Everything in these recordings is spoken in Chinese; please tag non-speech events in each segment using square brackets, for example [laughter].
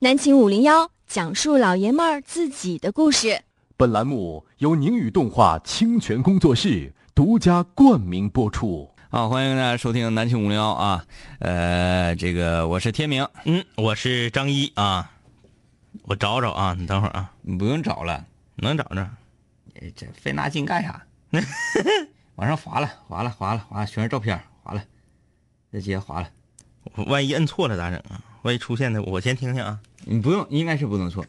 南秦五零幺讲述老爷们儿自己的故事。本栏目由宁宇动画清泉工作室独家冠名播出。好，啊欢迎大家收听南庆五零幺啊，呃，这个我是天明，嗯，我是张一啊，我找找啊，你等会儿啊，你不用找了，能找着？呃这费那劲干 [laughs] 啥？往上划了，划了，划了，划了，全是照片，划了，这直接划了。我万一摁错了咋整啊？万一出现的，我先听听啊。你不用，应该是不能错。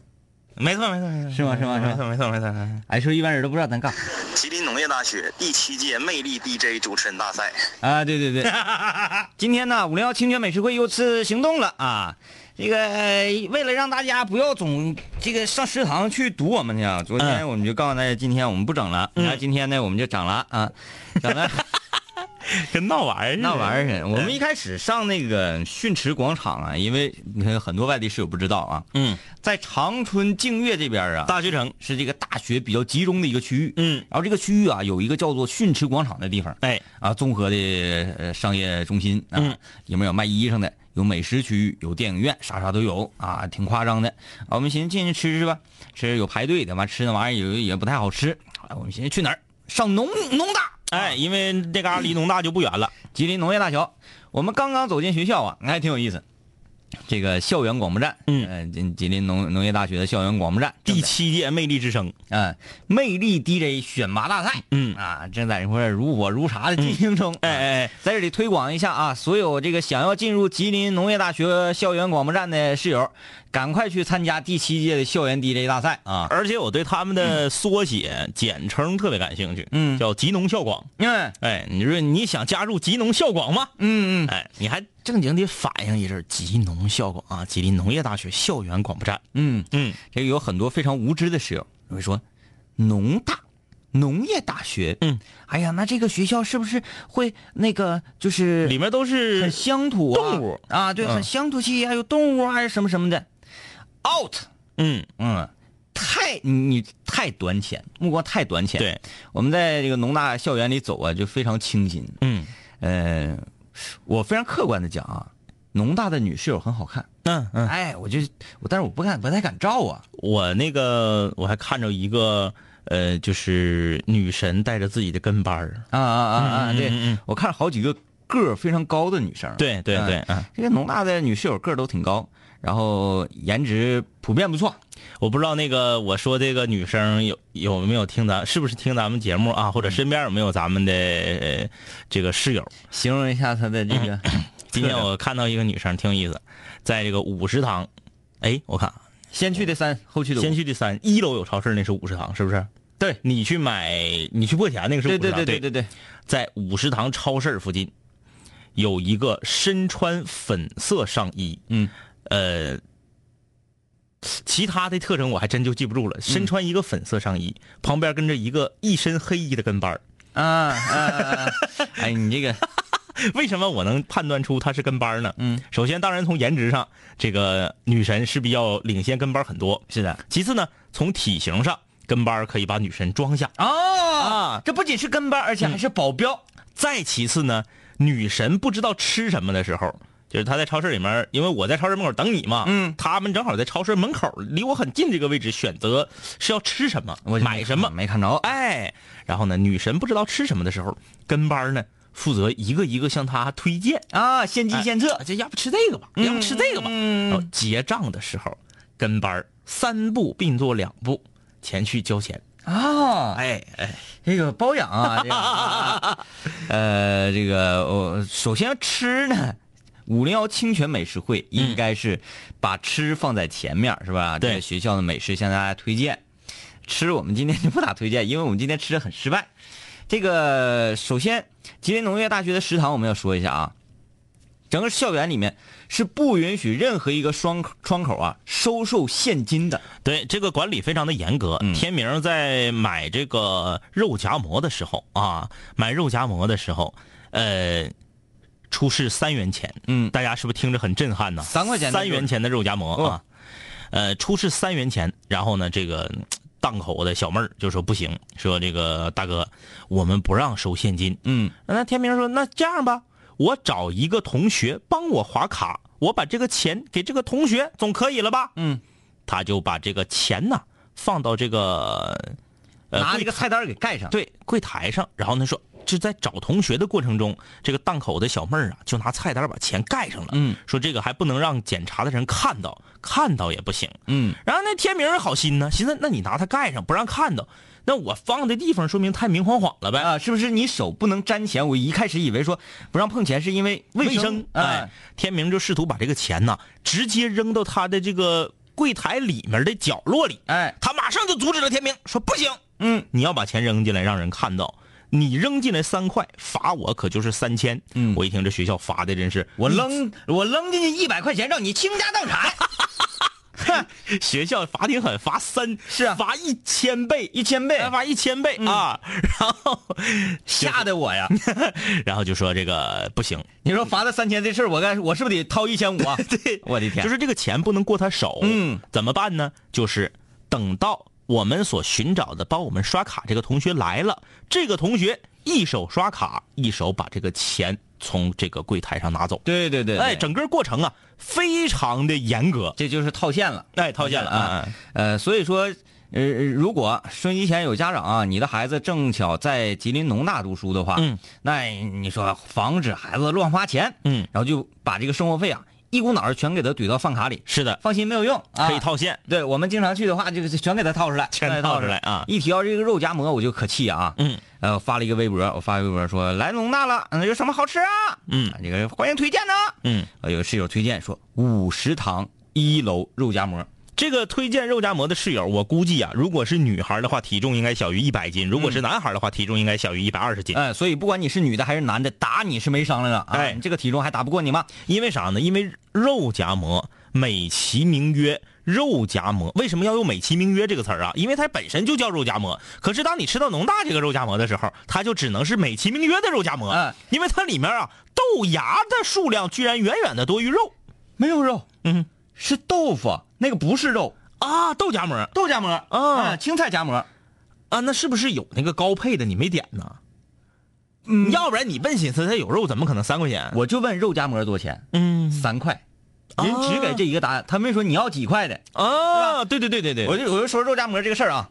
没错，没错，没错，是吗是吗是吗没错，没错，没错。没错哎，说一般人都不知道咱干吉林农业大学第七届魅力 DJ 主持人大赛，啊，对对 [laughs] 对。今天呢，五零幺清泉美食会又次行动了啊！这个呃为了让大家不要总这个上食堂去堵我们去啊，昨嗯天我们就告诉大家，今天我们不整了。然后今天呢，我们就整了嗯啊，整了。跟闹玩儿似的，那玩意儿，我嗯们一开始上那个汛池广场啊，因为你看很多外地室友不知道啊，嗯，在长春净月这边啊，大学城，是这个大学比较集中的一个区域，嗯，然后这个区域啊有一个叫做汛池广场的地方，哎，啊，综合的呃商业中心啊，嗯里面有卖衣裳的，有美食区域，有电影院，啥啥都有啊，挺夸张的。啊，我们寻思进去吃吃吧，吃有排队的，完吃那玩意儿也也不太好吃，啊，我们寻思去哪儿？上农农大，哎，因为那嘎离农大就不远了，吉林农业大桥。我们刚刚走进学校啊，还挺有意思。这个校园广播站，嗯呃，吉吉林农农业大学的校园广播站第正在七届魅力之声，啊、魅力 DJ 选拔大赛，嗯啊，正在一块儿如火如茶的进行中。啊哎哎哎，在这里推广一下啊，所有这个想要进入吉林农业大学校园广播站的室友，赶快去参加第七届的校园 DJ 大赛啊！而且我对他们的缩写简称特别感兴趣，嗯叫吉农校广。嗯哎，你说你想加入吉农校广吗？嗯嗯，哎，你还正经地反映一阵吉农校广啊，吉林农业大学校园广播站。嗯，嗯，这个有很多非常无知的室友会说，农大。农业大学，嗯，哎呀，那这个学校是不是会那个就是里面都很是乡土、啊、嗯动物啊，对，很嗯乡土气，还有动物啊还是什么什么的。out，嗯，嗯，太你你太短浅，目光太短浅。，对，我们在这个农大校园里走啊，就非常清新。嗯呃，我非常客观的讲啊，农大的女室友很好看。嗯嗯，哎，我就我，但是我不敢不太敢照啊。我那个我还看着一个呃，就是女神带着自己的跟班儿。啊啊啊啊！嗯嗯对，嗯嗯我看了好几个个儿非常高的女生。对对嗯对，嗯，这个农大的女室友个儿都挺高，然后颜值普遍不错。我不知道那个我说这个女生有有没有听咱是不是听咱们节目啊，或者嗯身边有没有咱们的、呃这个室友？形容一下她的这个今天我看到一个女生挺有意思，在这个五食堂，哎，我看啊先去的三，后去的五先去第三，一楼有超市，那是五食堂，是不是？对你去买，你去簸箕田那个是五对食对对堂，对对，对对，在五食堂超市附近有一个身穿粉色上衣，嗯，呃，其他的特征我还真就记不住嗯了，身穿一个粉色上衣，旁边跟着一个一身黑衣的跟班儿 [laughs] 啊啊啊！啊 [laughs] 哎，你这个，为什么我能判断出他是跟班儿呢？嗯，首先，当然从颜值上，这个女神势必要领先跟班儿很多。是的，其次呢，从体型上，跟班儿可以把女神装下。哦啊，这不仅是跟班，而且还是保镖。再其次呢，女神不知道吃什么的时候，就是她在超市里面，因为我在超市门口等你嘛，嗯他们正好在超市门口离我很近这个位置，选择是要吃什么，我就没买什么看，没看着？哎，哎，然后呢，女神不知道吃什么的时候，跟班儿呢负责一个一个向她推荐，啊，献计献策啊，这要不吃这个吧，要不吃这个吧，然后结账的时候，跟班儿三步并作两步前去交钱，啊，哎哎，这个包养啊， [laughs] 这个啊呃，这个我首先吃呢。五零幺清泉美食会应该是把吃放在前面，是吧？对这个学校的美食向大家推荐。吃我们今天就不打推荐，因为我们今天吃的很失败。这个首先，吉林农业大学的食堂我们要说一下啊，整个校园里面是不允许任何一个双窗口啊收受现金的。对，这个管理非常的严格。嗯天明在买这个肉夹馍的时候啊，买肉夹馍的时候，呃，出示三元钱。嗯大家是不是听着很震撼呢？三块钱的嗯三元钱的肉夹馍啊，呃，出示三元钱，然后呢，这个嗯档口的小妹儿就说不行，说这个大哥，我们不让收现金。嗯，那天明说，那这样吧，我找一个同学帮我划卡，我把这个钱给这个同学总可以了吧？嗯，他就把这个钱呐放到这个呃拿柜这个菜单给盖上。，对柜台上，然后他说就在找同学的过程中，这个档口的小妹儿啊，就拿菜单把钱盖上了，嗯，说这个还不能让检查的人看到，看到也不行。嗯，然后那天明儿好心呢，寻思那你拿它盖上，不让看到，那我放的地方说明太明晃晃了呗。啊，是不是你手不能沾钱？我一开始以为说不让碰钱是因为卫生生，，哎哎，，天明就试图把这个钱呐、直接扔到他的这个柜台里面的角落里，哎，他马上就阻止了天明，说不行，嗯，你要把钱扔进来，让人看到。你扔进来三块，罚我可就是三千。嗯我一听这学校罚的真是，我扔我扔进去一百块钱，让你倾家荡产， [laughs] [laughs] 学校罚挺狠，罚三是啊罚一千倍，哎一千倍，嗯罚一千倍、啊！然后 [laughs] 吓得我呀！然后就说这个不行，你说罚他三千这事儿，我该我是不是得掏一千五啊？ [laughs] 对，我的天，就是这个钱不能过他手。嗯，怎么办呢？就是等到我们所寻找的帮我们刷卡这个同学来了，这个同学一手刷卡，一手把这个钱从这个柜台上拿走。对对对，哎，对整个过程啊，非常的严格。这就是套现了，哎，套现了啊！啊！嗯呃，所以说，呃，如果收音机前有家长啊，你的孩子正巧在吉林农大读书的话，嗯，那你说防止孩子乱花钱，嗯然后就把这个生活费啊一股脑儿全给他怼到饭卡里，是的，放心没有用，啊、可以。套现。对我们经常去的话，这个全给他套出来，全给他套出来啊一提到这个肉夹馍，我就可气啊！嗯，呃，我发了一个微博，我发一个微博说来农大了，嗯，有什么好吃啊？嗯这个欢迎推荐呢。嗯，呃，有室友推荐说五食堂一楼肉夹馍，这个推荐肉夹馍的室友，我估计啊，如果是女孩的话，体重应该小于一百斤；如果是男孩的话，体重应该小于一百二十斤。哎、所以不管你是女的还是男的，打你是没商量的啊！哎你这个体重还打不过你吗？因为啥呢？因为肉夹馍美其名曰肉夹馍，为什么要用“美其名曰”这个词儿啊？因为它本身就叫肉夹馍。可是当你吃到农大这个肉夹馍的时候，它就只能是美其名曰的肉夹馍，嗯因为它里面啊豆芽的数量居然远远的多于肉没有肉，嗯，是豆腐，那个不是肉，啊，豆夹馍豆夹馍，啊，青菜夹馍，啊，那是不是有那个高配的你没点呢？嗯要不然你问心思，它有肉怎么可能三块钱？我就问肉夹馍多少钱？嗯三块，啊人只给这一个答案，他没说你要几块的。啊，对对对对对，我就我就说肉夹馍这个事儿啊，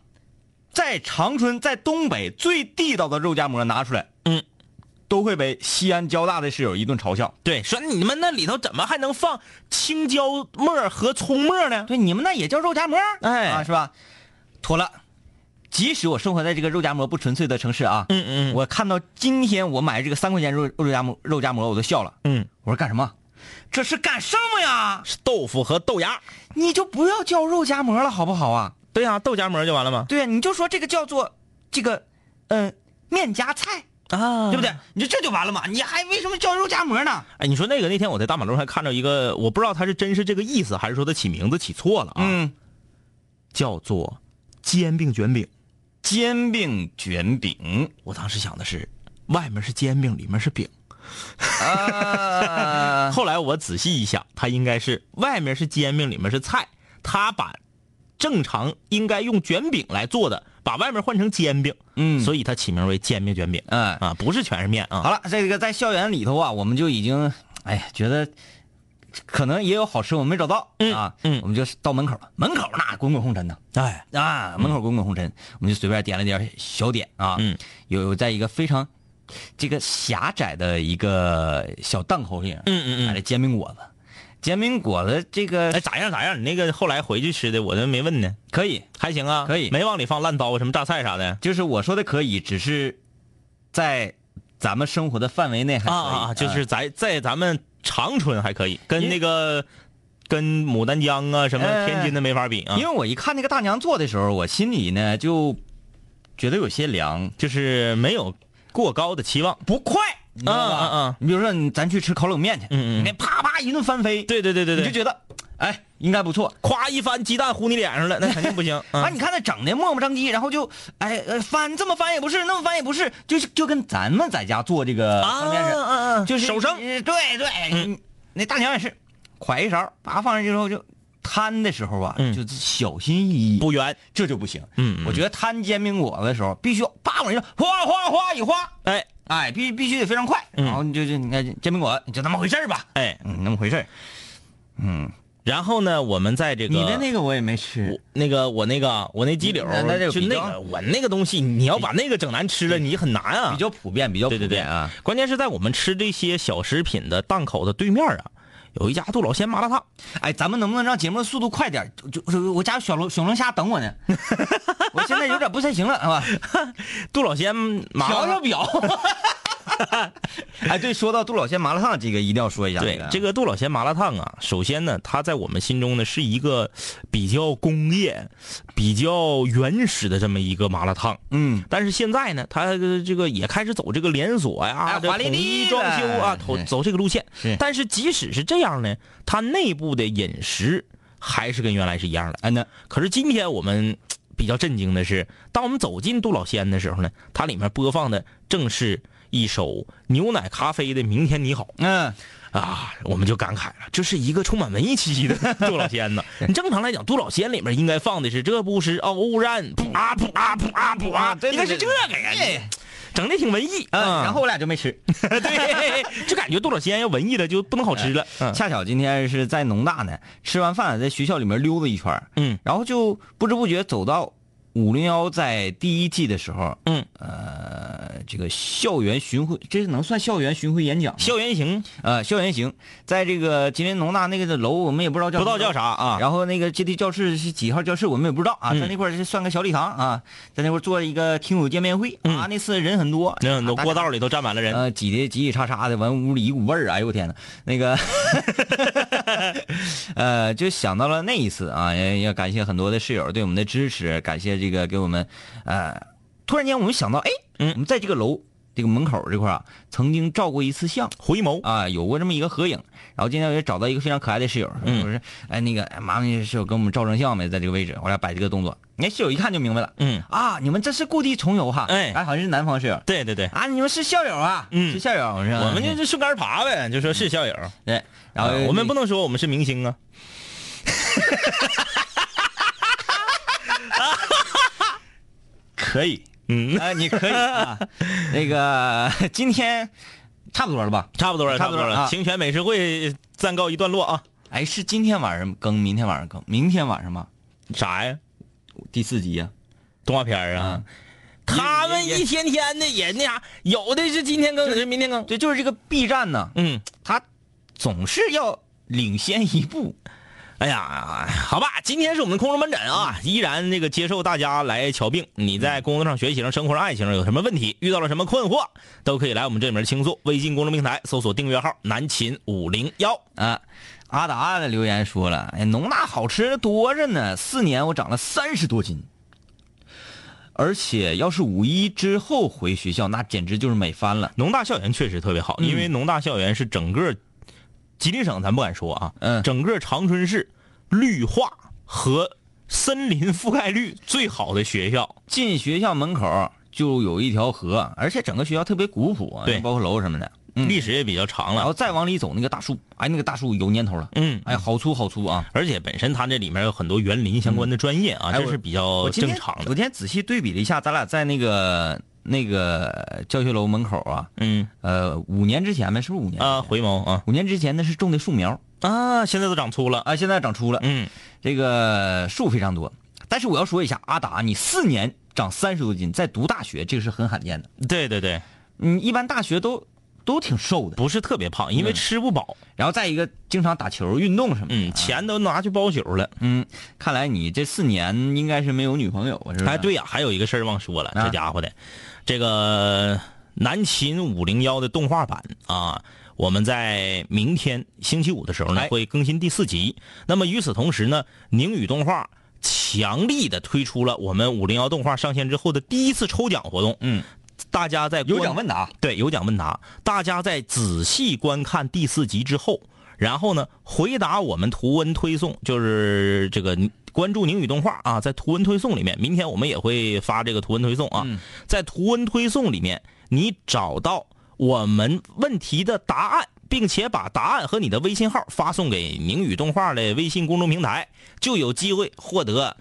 在长春，在东北最地道的肉夹馍拿出来，嗯，都会被西安交大的室友一顿嘲笑。对，说你们那里头怎么还能放青椒末儿和葱末儿呢？对，你们那也叫肉夹馍？哎啊，是吧？妥了。即使我生活在这个肉夹馍不纯粹的城市啊，嗯嗯我看到今天我买这个三块钱肉肉夹馍肉夹馍，我都笑了。嗯，我说干什么？这是干什么呀？是豆腐和豆芽。你就不要叫肉夹馍了，好不好啊？对呀、豆夹馍就完了吗？对呀，你就说这个叫做这个，嗯、面夹菜，啊对不对不对对？？你说这就完了嘛？你还为什么叫肉夹馍呢？哎，你说那个那天我在大马路上还看着一个，我不知道他是真是这个意思，还是说他起名字起错了啊？，嗯叫做煎饼卷饼。煎饼卷饼我当时想的是，外面是煎饼，里面是饼。 [laughs] 啊，后来我仔细一想，它应该是外面是煎饼，里面是菜。他把正常应该用卷饼来做的，把外面换成煎饼，嗯所以它起名为煎饼卷饼。哎啊，不是全是面啊。好了，这个在校园里头啊，我们就已经，哎呀，觉得可能也有好吃，我们没找到、啊，嗯我们就到门口了，门口那滚滚红尘呢，哎，啊，门口滚滚红尘，我们就随便点了点小点啊，嗯，有有在一个非常这个狭窄的一个小档口里，嗯嗯嗯买了煎饼果子，煎饼果子这个哎，咋样咋样？你那个后来回去吃的，我都没问呢，可以，还行啊，可以没往里放烂刀什么榨菜啥的。就是我说的可以，只是在咱们生活的范围内还可以，啊啊，就嗯是在在咱们长春还可以，因跟那个跟牡丹江啊什么哎天津的没法比啊因，为我一看那个大娘做的时候，我心里呢就觉得有些凉，就是没有过高的期望。不快，你知道吧？嗯嗯嗯你比如说你咱去吃烤冷面去，嗯嗯嗯你看啪啪一顿翻飞，对对对对你对就，觉得，哎，应该不错。夸一翻鸡蛋糊你脸上了，那肯定不行 [laughs] 啊！啊你！看那整的磨磨张唧，然后就，哎，呃翻这么翻也不是，那么翻也不是，就是就跟咱们在家做这个方便面啊似的，就是手生，呃对对，嗯那大娘也是，㧟一勺，啪放上去之后就摊的时候啊，嗯就小心翼翼，不圆，这就不行。嗯嗯我觉得摊煎饼果子的时候，必须要啪往上哗哗哗一哗，哎哎，必必须得非常快。嗯然后你就就你看煎饼果子，你就那么回事儿吧，哎，嗯，那么回事儿。嗯，然后呢，我们在这个你的那个我也没吃我，那个我那个我那鸡柳，那那这个就比那较个我那个东西，你要把那个整难吃了，你很难啊。比较普遍，比较普对对对遍啊。！关键是在我们吃这些小食品的档口的对面啊，有一家杜老鲜麻辣烫。哎，咱们能不能让节目速度快点？就就我家小龙小龙虾等我呢， [laughs] 我现在有点不太行了，好吧？杜老鲜麻辣调调烫表。 [laughs] 哎，对，说到杜老鲜麻辣烫，这个一定要说一下。对这个杜老鲜麻辣烫啊，首先呢，它在我们心中呢是一个比较工业、比较原始的这么一个麻辣烫。嗯，但是现在呢，它呃这个也开始走这个连锁呀、哎这华丽统一丽装了修啊，走是走这个路线是。但是即使是这样呢，它内部的饮食还是跟原来是一样的。哎那可是今天我们比较震惊的是，当我们走进杜老仙的时候呢，它里面播放的正是一首牛奶咖啡的《明天你好嗯，》啊，我们就感慨了，这是一个充满文艺气息的 [laughs] 杜老 [laughs] 仙呐。你正常来讲，杜老仙里面应该放的是这不是哦，污染噗啊噗啊 [laughs] 噗啊噗啊，对应该是这个呀，你哎整的挺文艺嗯，啊。然后我俩就没吃。 [laughs] 对， [laughs] 就感觉杜老仙要文艺的就不能好吃了。嗯恰巧今天是在农大呢，吃完饭在学校里面溜达一圈儿，嗯然后就不知不觉走到五零幺在第一季的时候，嗯，呃，这个校园巡回，这能算校园巡回演讲吗？校园行呃校园行，在这个吉林农大那个楼，我们也不知道叫不知道什么叫啥啊嗯然后那个阶梯教室是几号教室，我们也不知道啊，在那块儿是算个小礼堂啊，在那块儿做一个听友见面会啊，那次人很多，嗯那很多啊大过家道里嗯都站满了人。呃，挤的挤挤叉叉的，完屋里一股味儿，哎呦我天呐，那 [laughs] 个，呃，就想到了那一次啊，也要感谢很多的室友对我们的支持，感谢这个给我们，呃，突然间我们想到，哎，嗯我们在这个楼这个门口这块儿啊，曾经照过一次相。回眸，啊，有过这么一个合影，然后今天我也找到一个非常可爱的室友，嗯我说，哎，那个哎麻烦你室友给我们照张相呗，在这个位置，我俩摆这个动作，那室友一看就明白了，嗯，啊，你们这是故地重游哈，哎好像是南方室友，对对对，啊，你们是校友啊？嗯是校友。我说我们就是顺杆儿爬呗，就说是校友。对，然后啊我们不能说我们是明星啊，可以嗯，啊，你可以啊。那个今天差不多了吧？ [laughs] 差不多了，差差不不多多了了，啊行权美食会暂告一段落啊。哎，是今天晚上更，明天晚上更，明天晚上吗？啥呀？第四集呀、动画片儿啊嗯？他也们也一天天的也那啥，有的是今天更，有的是明天更。对，就是这个 B 站呢，嗯，它总是要领先一步。 [laughs] 哎呀，好吧，今天是我们的空中门诊啊，依然那个接受大家来瞧病。你在工作上、学习上、生活上、爱情上有什么问题，遇到了什么困惑，都可以来我们这里面倾诉。微信公众平台搜索订阅号“南秦五零幺啊，阿达的留言说了，哎，农大好吃的多着呢，四年我长了三十多斤，而且要是五一之后回学校，那简直就是美翻了”。。农大校园确实特别好，嗯因为农大校园是整个吉林省，咱不敢说啊，嗯整个长春市绿化和森林覆盖率最好的学校。进学校门口就有一条河，而且整个学校特别古朴啊，对包括楼什么的。嗯，历史也比较长然后了，再往里走，那个大树，哎，那个大树有年头了，嗯，哎，好粗好粗啊！而且本身它这里面有很多园林相关的专业啊，哎这是比较我今正天常我的。今天仔细对比了一下，咱俩在那个那个教学楼门口啊，嗯呃，五年之前呗，是不是五年？啊，，回眸啊五年之前那是种的树苗啊，现在都长粗了。啊，现在长出了，嗯，这个树非常多。但是我要说一下，阿达，你四年长三十多斤，在读大学，这个是很罕见的。对对对，嗯，一般大学都都挺瘦的。不是特别胖，因为嗯吃不饱。然后再一个，经常打球、运动什么的。嗯，钱都拿去包宿了。嗯，看来你这四年应该是没有女朋友啊，是吧？哎，，对呀、还有一个事儿忘说了，啊这家伙的，这个南秦五零幺的动画版啊，我们在明天星期五的时候呢哎会更新第四集。那么与此同时呢，宁宇动画强力的推出了我们五零幺动画上线之后的第一次抽奖活动。嗯，大家在有关奖问答。对，有奖问答，大家在仔细观看第四集之后，然后呢，回答我们图文推送，就是这个关注宁宇动画啊，在图文推送里面，明天我们也会发这个图文推送啊，嗯在图文推送里面，你找到我们问题的答案。并且把答案和你的微信号发送给宁宇动画的微信公众平台，就有机会获得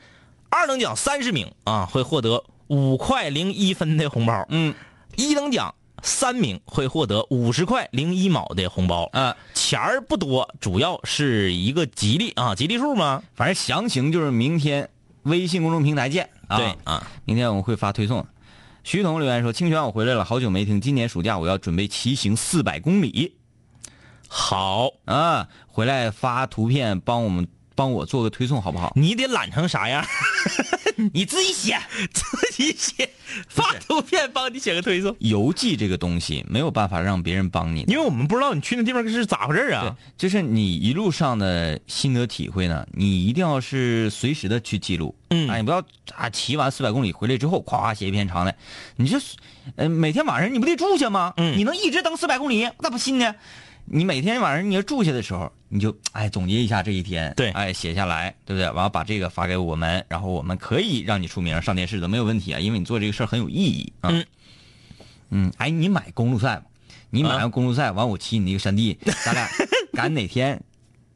二等奖三十名啊，会获得五块零一分的红包。嗯，一等奖三名会获得五十块零一毛的红包。啊，钱儿不多，主要是一个吉利啊，吉利数嘛。反正详情就是明天微信公众平台见啊。对啊，明天我们会发推送。徐彤留言说：“清泉，我回来了，好久没听。今年暑假我要准备骑行四百公里好，啊，回来发图片帮我们帮我做个推送好不好？你得懒成啥 [laughs] 样？你自己写。 [laughs] 自己写，发图片帮你写个推送。邮寄这个东西没有办法让别人帮你的，因为我们不知道你去那地方是咋回事儿对啊。，就是你一路上的心得体会呢，你一定要是随时的去记录，嗯啊，你不要啊骑完四百公里回来之后，夸夸写一篇长的，你这，呃，每天晚上你不得住下吗？嗯你能一直蹬四百公里，那不信呢？你每天晚上你要住下的时候，你就哎总结一下这一天，对哎写下来，对不对？完了把这个发给我们，然后我们可以让你出名上电视的，没有问题啊，因为你做这个事儿很有意义啊。嗯嗯哎，你买公路赛吗？你买啊完公路赛，完我骑你那个山 [laughs] 地，咱俩赶哪天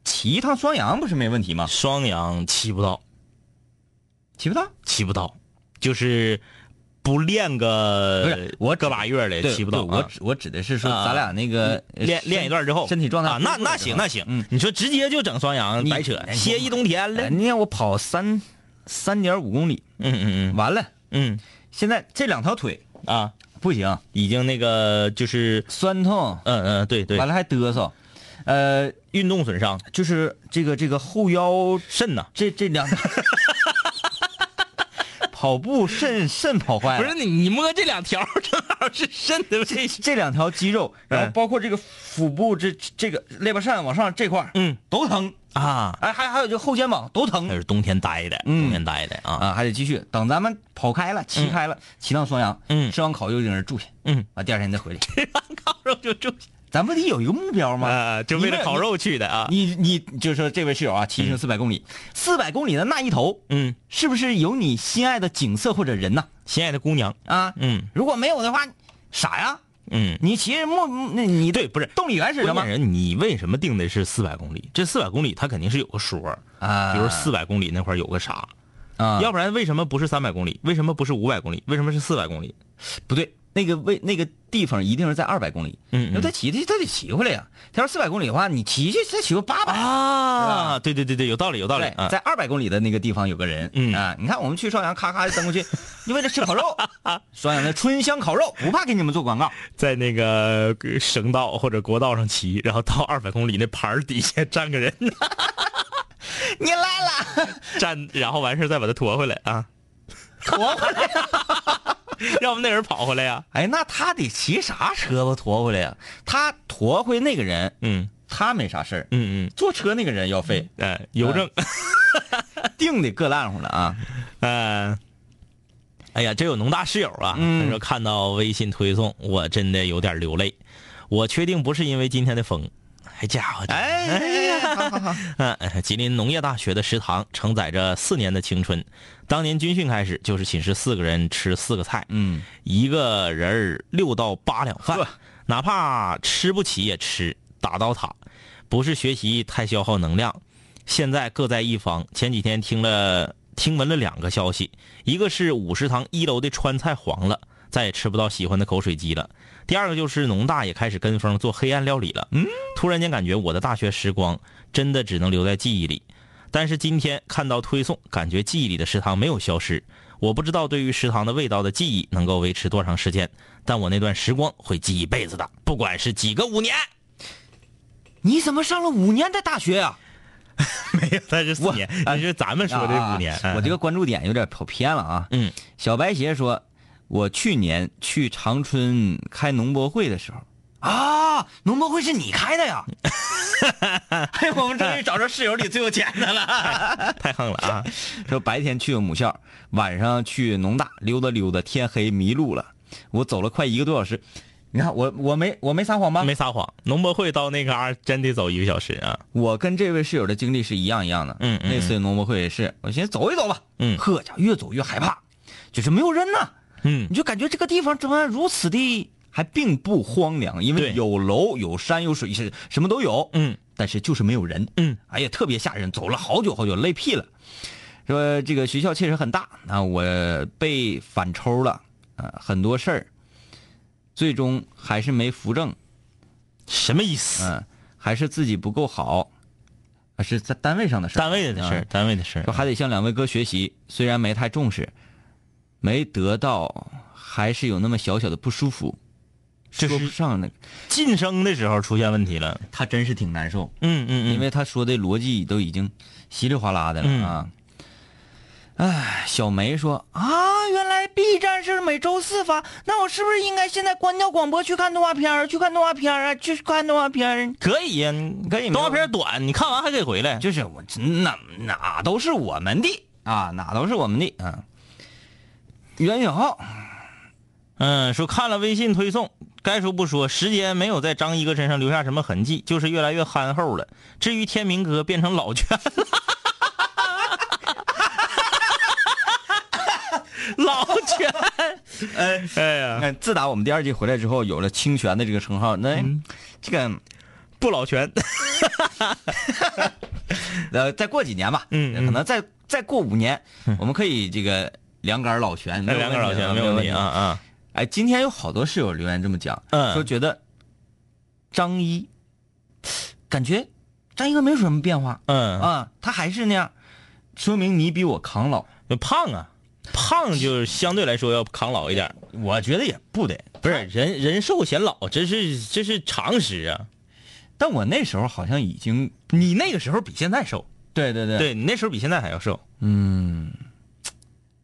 骑一趟双阳不是没问题吗？双阳骑不到，骑不到，骑不到，就是不练不个是我个把月的对骑不到。对我啊指我指的是说啊咱俩那个呃练身练一段之后，身体状态啊，那那行那行，嗯，你说直接就整双阳你白扯，哎歇一冬天了哎。你看我跑三三点五公里，嗯嗯完了，嗯现在这两条腿嗯啊，不行，已经那个就是，酸痛，嗯嗯对对完，了还嘚瑟，呃，运动损伤就是这个这个后腰肾呐。这这 [laughs] 两，跑步肾肾跑坏了，你你摸这两条正好是肾的位置。这两条肌肉，哎然后包括这个腹部这这个肋巴扇往上这块儿，嗯哎都疼。啊，哎，还还有这后肩膀都那疼是冬天待的，嗯冬天待的啊。啊，还得继续。等咱们跑开了，骑开了，骑到双阳，嗯吃完烤肉就在那儿住下，嗯，完第二天再 [laughs] 回来。烤肉就住咱不得有一个目标吗？啊，就为了烤肉去的啊。你你就是说这位室友啊，骑行四百公里，四百公里的那一头，嗯，是不是有你心爱的景色或者人呐？心爱的姑娘，啊，嗯如果没有的话，傻呀！嗯，你骑着木那你对不是动力源是什关么键？人，你为什么定的是四百公里？这四百公里它肯定是有个说儿啊比如四百公里那块儿有个啥，啊，要不然为什么不是三百公里？为什么不是五百公里？为什么是四百公里？不对，那个位那个地方一定是在二百公里，嗯嗯因为他骑的他得骑回来呀、他要四百公里的话，你骑去再骑个八百。啊，对对对对，有道理有道理对，啊。在二百公里的那个地方有个人，嗯啊，你看我们去双阳，咔咔就蹬过去， [laughs] 就为了吃烤 [laughs] 肉，双阳的春香烤肉，不怕给你们做广告，在那个呃省道或者国道上骑，然后到二百公里那牌儿底下站个人，你来了，站，然后完事儿再把他驮回来啊，驮回来。 [laughs] 要不那人跑回来呀、哎，那他得骑啥车吧驮回来呀、他驮回那个人，嗯他没啥事儿，嗯坐车那个人要 [laughs] 费，嗯，哎，邮政，定的个烂乎了啊。嗯。哎呀，这有农大室友啊，嗯他说看到微信推送，我真的有点流泪。我确定不是因为今天的风，哎家伙，哎哎呀，好好好，嗯，吉林农业大学的食堂承载着四年的青春。当年军训开始，就是寝室四个人吃四个菜，嗯，一个人儿六到八两饭，哪怕吃不起也吃，打到塔。不是学习太消耗能量，现在各在一方。前几天听了听闻了两个消息，一个是五食堂一楼的川菜黄了，再也吃不到喜欢的口水鸡了；第二个就是农大也开始跟风做黑暗料理了。嗯，突然间感觉我的大学时光真的只能留在记忆里。但是今天看到推送，感觉记忆里的食堂没有消失。我不知道对于食堂的味道的记忆能够维持多长时间，但我那段时光会记一辈子的，不管是几个五年。你怎么上了五年的大学呀、 [laughs] 没有，他是四年你是 [laughs] 咱们说的五年。啊我这个关注点有点跑偏了啊。嗯，小白鞋说，我去年去长春开农博会的时候。啊，农博会是你开的呀！ [laughs] 哎，我们终于找着室友里最有钱的了。太横了 [laughs] 啊！ [laughs] 说白天去母校，晚上去农大溜达溜达，天黑迷路了，我走了快一个多小时。你看我我没我没撒谎吧？没撒谎，农博会到那嘎儿真得走一个小时啊。我跟这位室友的经历是一样一样的。嗯嗯那次农博会也是，我寻思走一走吧。嗯呵家伙越走越害怕，就是没有人呐。嗯你就感觉这个地方怎么如此的还并不荒凉，因为对有楼、有山、有水，是什么都有。嗯，但是就是没有人。嗯，哎呀，特别吓人，走了好久好久，累屁了。说这个学校确实很大，啊，我被反抽了，啊，很多事儿，最终还是没扶正，什么意思？嗯，还是自己不够好，啊是在单位上的事儿，单位的事儿，嗯单位的事儿说，还得向两位哥学习，虽然没太重视，没得到，还是有那么小小的不舒服，这说不是上那个，晋升的时候出现问题了。他真是挺难受，嗯嗯因为他说的逻辑都已经稀里哗啦的了啊。哎，小梅说啊，原来 B 站是每周四发，那我是不是应该现在关掉广播去看动画片儿去看动画片儿啊，去看动画片儿可以呀，你可以没有动画片短，你看完还可以回来。就是我哪哪都是我们的啊，哪都是我们的啊。袁永浩，嗯，说看了微信推送，该说不说，时间没有在张一哥身上留下什么痕迹，就是越来越憨厚了。至于天明哥变成老拳了，老拳，哎哎呀，呃自打我们第二季回来之后，有了“清泉”的这个称号，那、嗯这个不老拳， [laughs] 呃，再过几年吧，嗯嗯可能再再过五年，我们可以这个两杆儿老拳，没有两个老问题拳啊没没有问问题题啊。啊！哎，今天有好多室友留言这么讲，嗯说觉得张一感觉张一哥没有什么变化、嗯，啊，他还是那样，说明你比我抗老。就胖啊，胖就是相对来说要抗老一点。我觉得也不得，不是人人瘦显老，这是这是常识啊！但我那时候好像已经，你那个时候比现在瘦，对对对，对你那时候比现在还要瘦。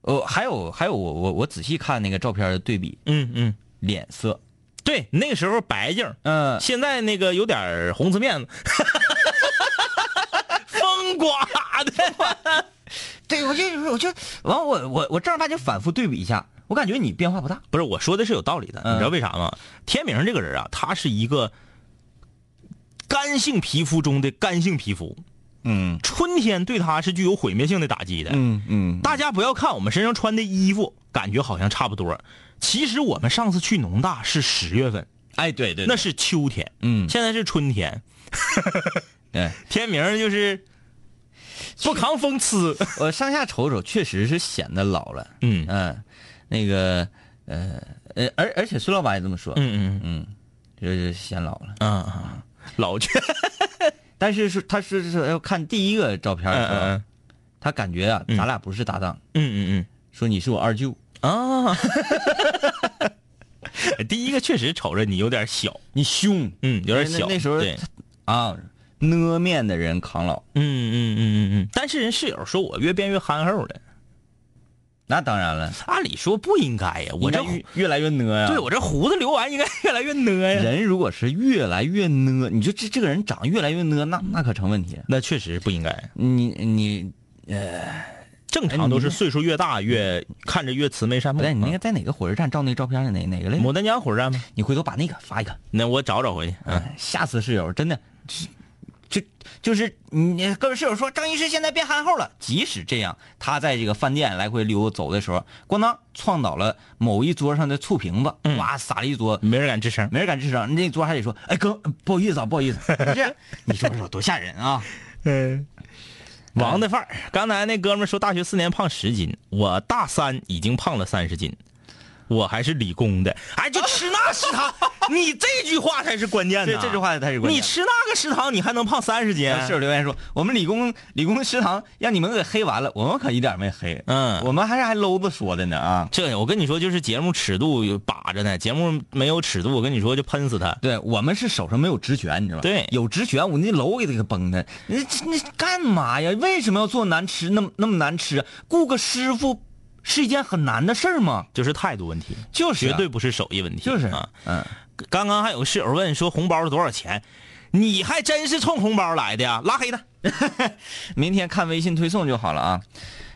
哦，还有还有，我我我仔细看那个照片的对比，嗯嗯，脸色，对，那个时候白净儿，嗯、现在那个有点儿红瓷面子， [laughs] 风刮的。对，我就我就完，我我我正儿八经反复对比一下，我感觉你变化不大。不是我说的是有道理的，嗯你知道为啥吗？天明这个人啊，他是一个干性皮肤中的干性皮肤，嗯春天对他是具有毁灭性的打击的。嗯嗯，大家不要看我们身上穿的衣服，感觉好像差不多。其实我们上次去农大是十月份，哎，对对那那是秋天，嗯现在是春 [laughs] 天。哎， [laughs] 天明就是不扛风呲，我上下瞅瞅，确实是显得老了。嗯嗯，那个呃呃，而而且孙老板也这么说，嗯嗯嗯，就是显老了。嗯嗯，老去，但是是他是是要看第一个照片的时候，嗯他感觉啊，咱俩不是搭档，嗯嗯说你是我二舅，嗯啊。第一个确实瞅着你有点小，你凶，嗯，有点那小。那时候对，啊，呢面的人扛老，嗯嗯嗯嗯嗯。但是人室友说我越变越憨厚了，那当然了，按理说不应该呀，我应这该越越来越呢呀。对我这胡子留完应该越来越呢哎呀。人如果是越来越呢，你就这这个人长越来越呢，那那可成问题。那确实不应该，你你正常都是岁数越大越看着越慈眉善不目。对，你那啊个在哪个火车站照那个照片是哪哪个来着？牡丹江火车站吗？你回头把那个发一个，那我找找回去。嗯，哎吓死室友，真的，就就是你各位室友说张医师现在变憨厚了，即使这样，他在这个饭店来回溜走的时候，咣当撞倒了某一桌上的醋瓶子，嗯哇撒了一桌，没人敢吱声。没人敢吱声，那桌还得说，哎哥，不好意思啊，不好意 [laughs] 思，这样你说说多吓人啊！嗯，王的范儿。刚才那哥们儿说大学四年胖十斤，我大三已经胖了三十斤，我还是理工的。哎，就吃那食堂，你这句话才是关键这呢。这句，话才是关你键。啊吃那个食堂，你还能胖三十斤？啊室友留言说：“我们理工理工食堂让你们给黑完了，我们可一点没黑，嗯我们还是还搂子说的呢啊。这我跟你说，就是节目尺度有把着呢，节目没有尺度，我跟你说就喷死他。对我们是手上没有职权，你知道吧？对有职权我那楼给他给崩他，那那干嘛呀？为什么要做难吃那么那么难吃？啊雇个师傅是一件很难的事儿吗？就是态度问题，就是啊绝对不是手艺问题，就是啊。嗯，刚刚还有个室友问说红包是多少钱，你还真是冲红包来的呀，拉黑他。明天看微信推送就好了啊。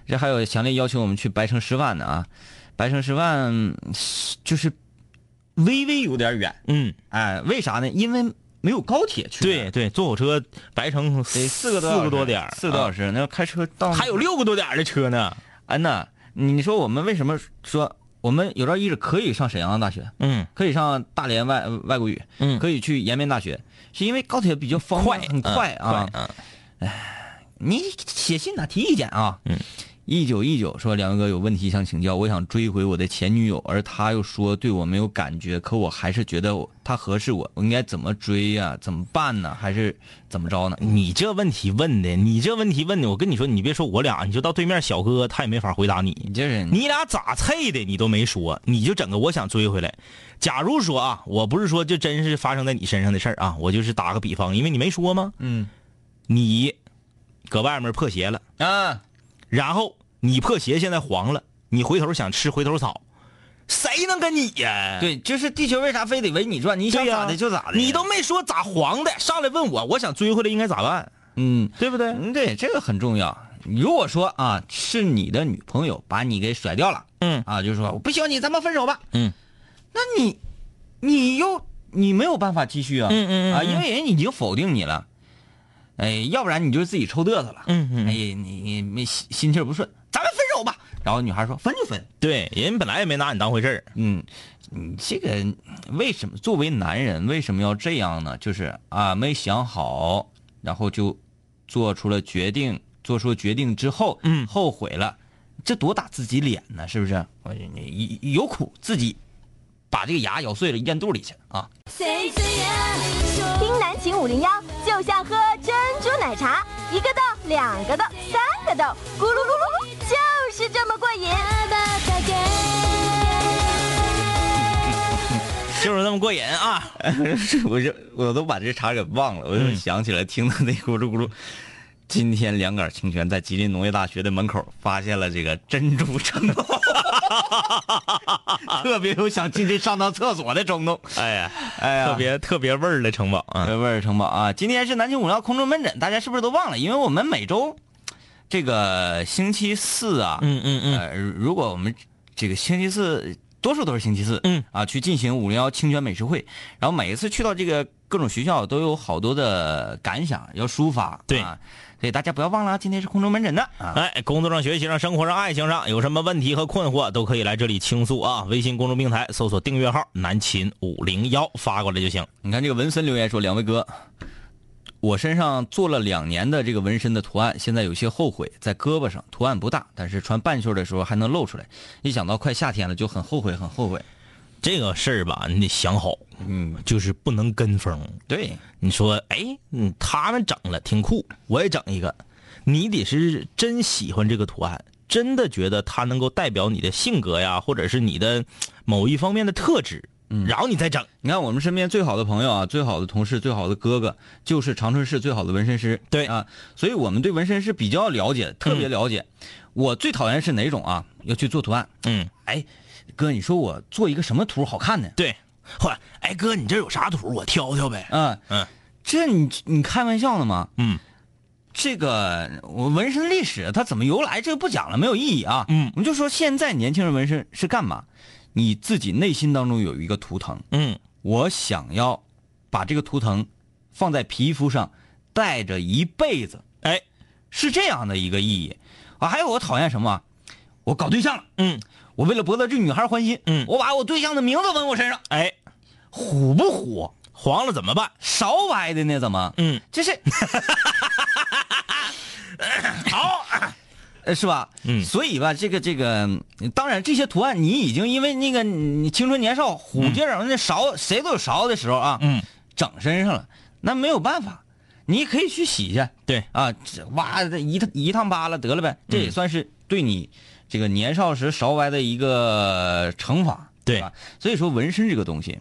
这还有强烈要求我们去白城师范的啊，白城师范就是微微有点远，嗯，哎，为啥呢？因为没有高铁去那儿。对对，坐火车白城得四个多啊四小个时多点儿四个多小时，时，那要开车到还有六个多点儿的车呢。安娜，你说我们为什么说我们有朝一日可以上沈阳大学，嗯可以上大连外呃外国语，嗯可以去延边大学，是因为高铁比较方便，嗯快很快啊。快你写信呐，提意见啊。嗯，一九一九说：“梁哥有问题想请教，我想追回我的前女友，而她又说对我没有感觉，可我还是觉得我她合适我，我应该怎么追呀、怎么办呢？还是怎么着呢？你这问题问的，你这问题问的，我跟你说，你别说我俩，你就到对面小哥他也没法回答你。你这人，你俩咋配的你都没说，你就整个我想追回来。假如说啊，我不是说这真是发生在你身上的事儿啊，我就是打个比方，因为你没说吗？嗯你搁外面破鞋了，啊，然后你破鞋现在黄了，你回头想吃回头草，谁能跟你呀？对，就是地球为啥非得围你转？你想对呀咋的就咋的，你都没说咋黄的，上来问我，我想追回来应该咋办，嗯对不对？嗯，对，这个很重要。如果说啊，是你的女朋友把你给甩掉了，嗯啊，就说我不喜欢你，咱们分手吧，嗯，那你，你又你没有办法继续啊，嗯嗯嗯啊，嗯因为人已经否定你了，哎，要不然你就自己抽嘚瑟了，嗯嗯嗯哎呀，你你没心心气儿不顺，咱们分手吧。然后女孩说分就分，对，人本来也没拿你当回事儿，嗯，你这个为什么作为男人为什么要这样呢？就是啊，没想好，然后就做出了决定，做出决定之后，嗯后悔了，这多打自己脸呢，是不是？我你你有苦自己把这个牙咬碎了咽肚里去啊！听南秦五零幺，就像喝珍珠奶茶，一个豆，两个豆，三个豆，咕噜噜噜，就是这么过瘾。就是那么过瘾啊。 [laughs] 我就我都把这茬儿给忘了，我就想起来听到那咕噜咕噜。今天两杆清泉在吉林农业大学的门口发现了这个珍珠城楼， [laughs] 特别有想进去上趟厕所的冲动。 [laughs] 哎呀，哎呀，特别特别味儿的城堡啊！呃味儿城堡啊！今天是南京五幺空中门诊，大家是不是都忘了？因为我们每周这个星期四啊，嗯嗯嗯呃，如果我们这个星期四，多数都是星期四，嗯啊，去进行五零幺清泉美食会，然后每一次去到这个各种学校，都有好多的感想要抒发，对啊，所以大家不要忘了，今天是空中门诊的啊，哎，工作上、学习上、生活上、爱情上有什么问题和困惑，都可以来这里倾诉啊！微信公众平台搜索订阅号“南秦五零幺”发过来就行。你看这个文森留言说：“两位哥，我身上做了两年的这个纹身的图案，现在有些后悔，在胳膊上图案不大，但是穿半袖的时候还能露出来。一想到快夏天了，就很后悔，很后悔。这个事儿吧，你得想好，嗯，就是不能跟风。对，你说，哎，嗯，他们整了挺酷，我也整一个。你得是真喜欢这个图案，真的觉得它能够代表你的性格呀，或者是你的某一方面的特质，然后你再整。你看我们身边最好的朋友啊，最好的同事，最好的哥哥，就是长春市最好的纹身师。对啊，所以我们对纹身师比较了解，特别了解。我最讨厌是哪种啊？要去做图案。嗯，哎，哥，你说我做一个什么图好看呢？对。后来，哎哥，你这有啥图？我挑挑呗。啊，嗯，这你你开玩笑呢吗？嗯，这个我纹身历史它怎么由来，这个不讲了，没有意义啊。嗯我们就说现在年轻人纹身是干嘛？你自己内心当中有一个图腾，嗯，我想要把这个图腾放在皮肤上，带着一辈子，哎，是这样的一个意义啊。还有我讨厌什么啊？我搞对象了，嗯，我为了博得这女孩欢心，嗯我把我对象的名字纹我身上，哎，虎不虎？黄了怎么办？少歪的呢？怎么？嗯， [laughs] 就是好，呃是吧？嗯所以吧，这个这个，嗯当然这些图案你已经因为那个你青春年少虎劲儿，那勺谁都有勺的时候啊，嗯，整身上了，那没有办法，你可以去洗去，对嗯啊，这哇这一趟一趟扒拉得了呗，这也算是对你这个年少时勺歪的一个惩罚，对是吧？所以说纹身这个东西，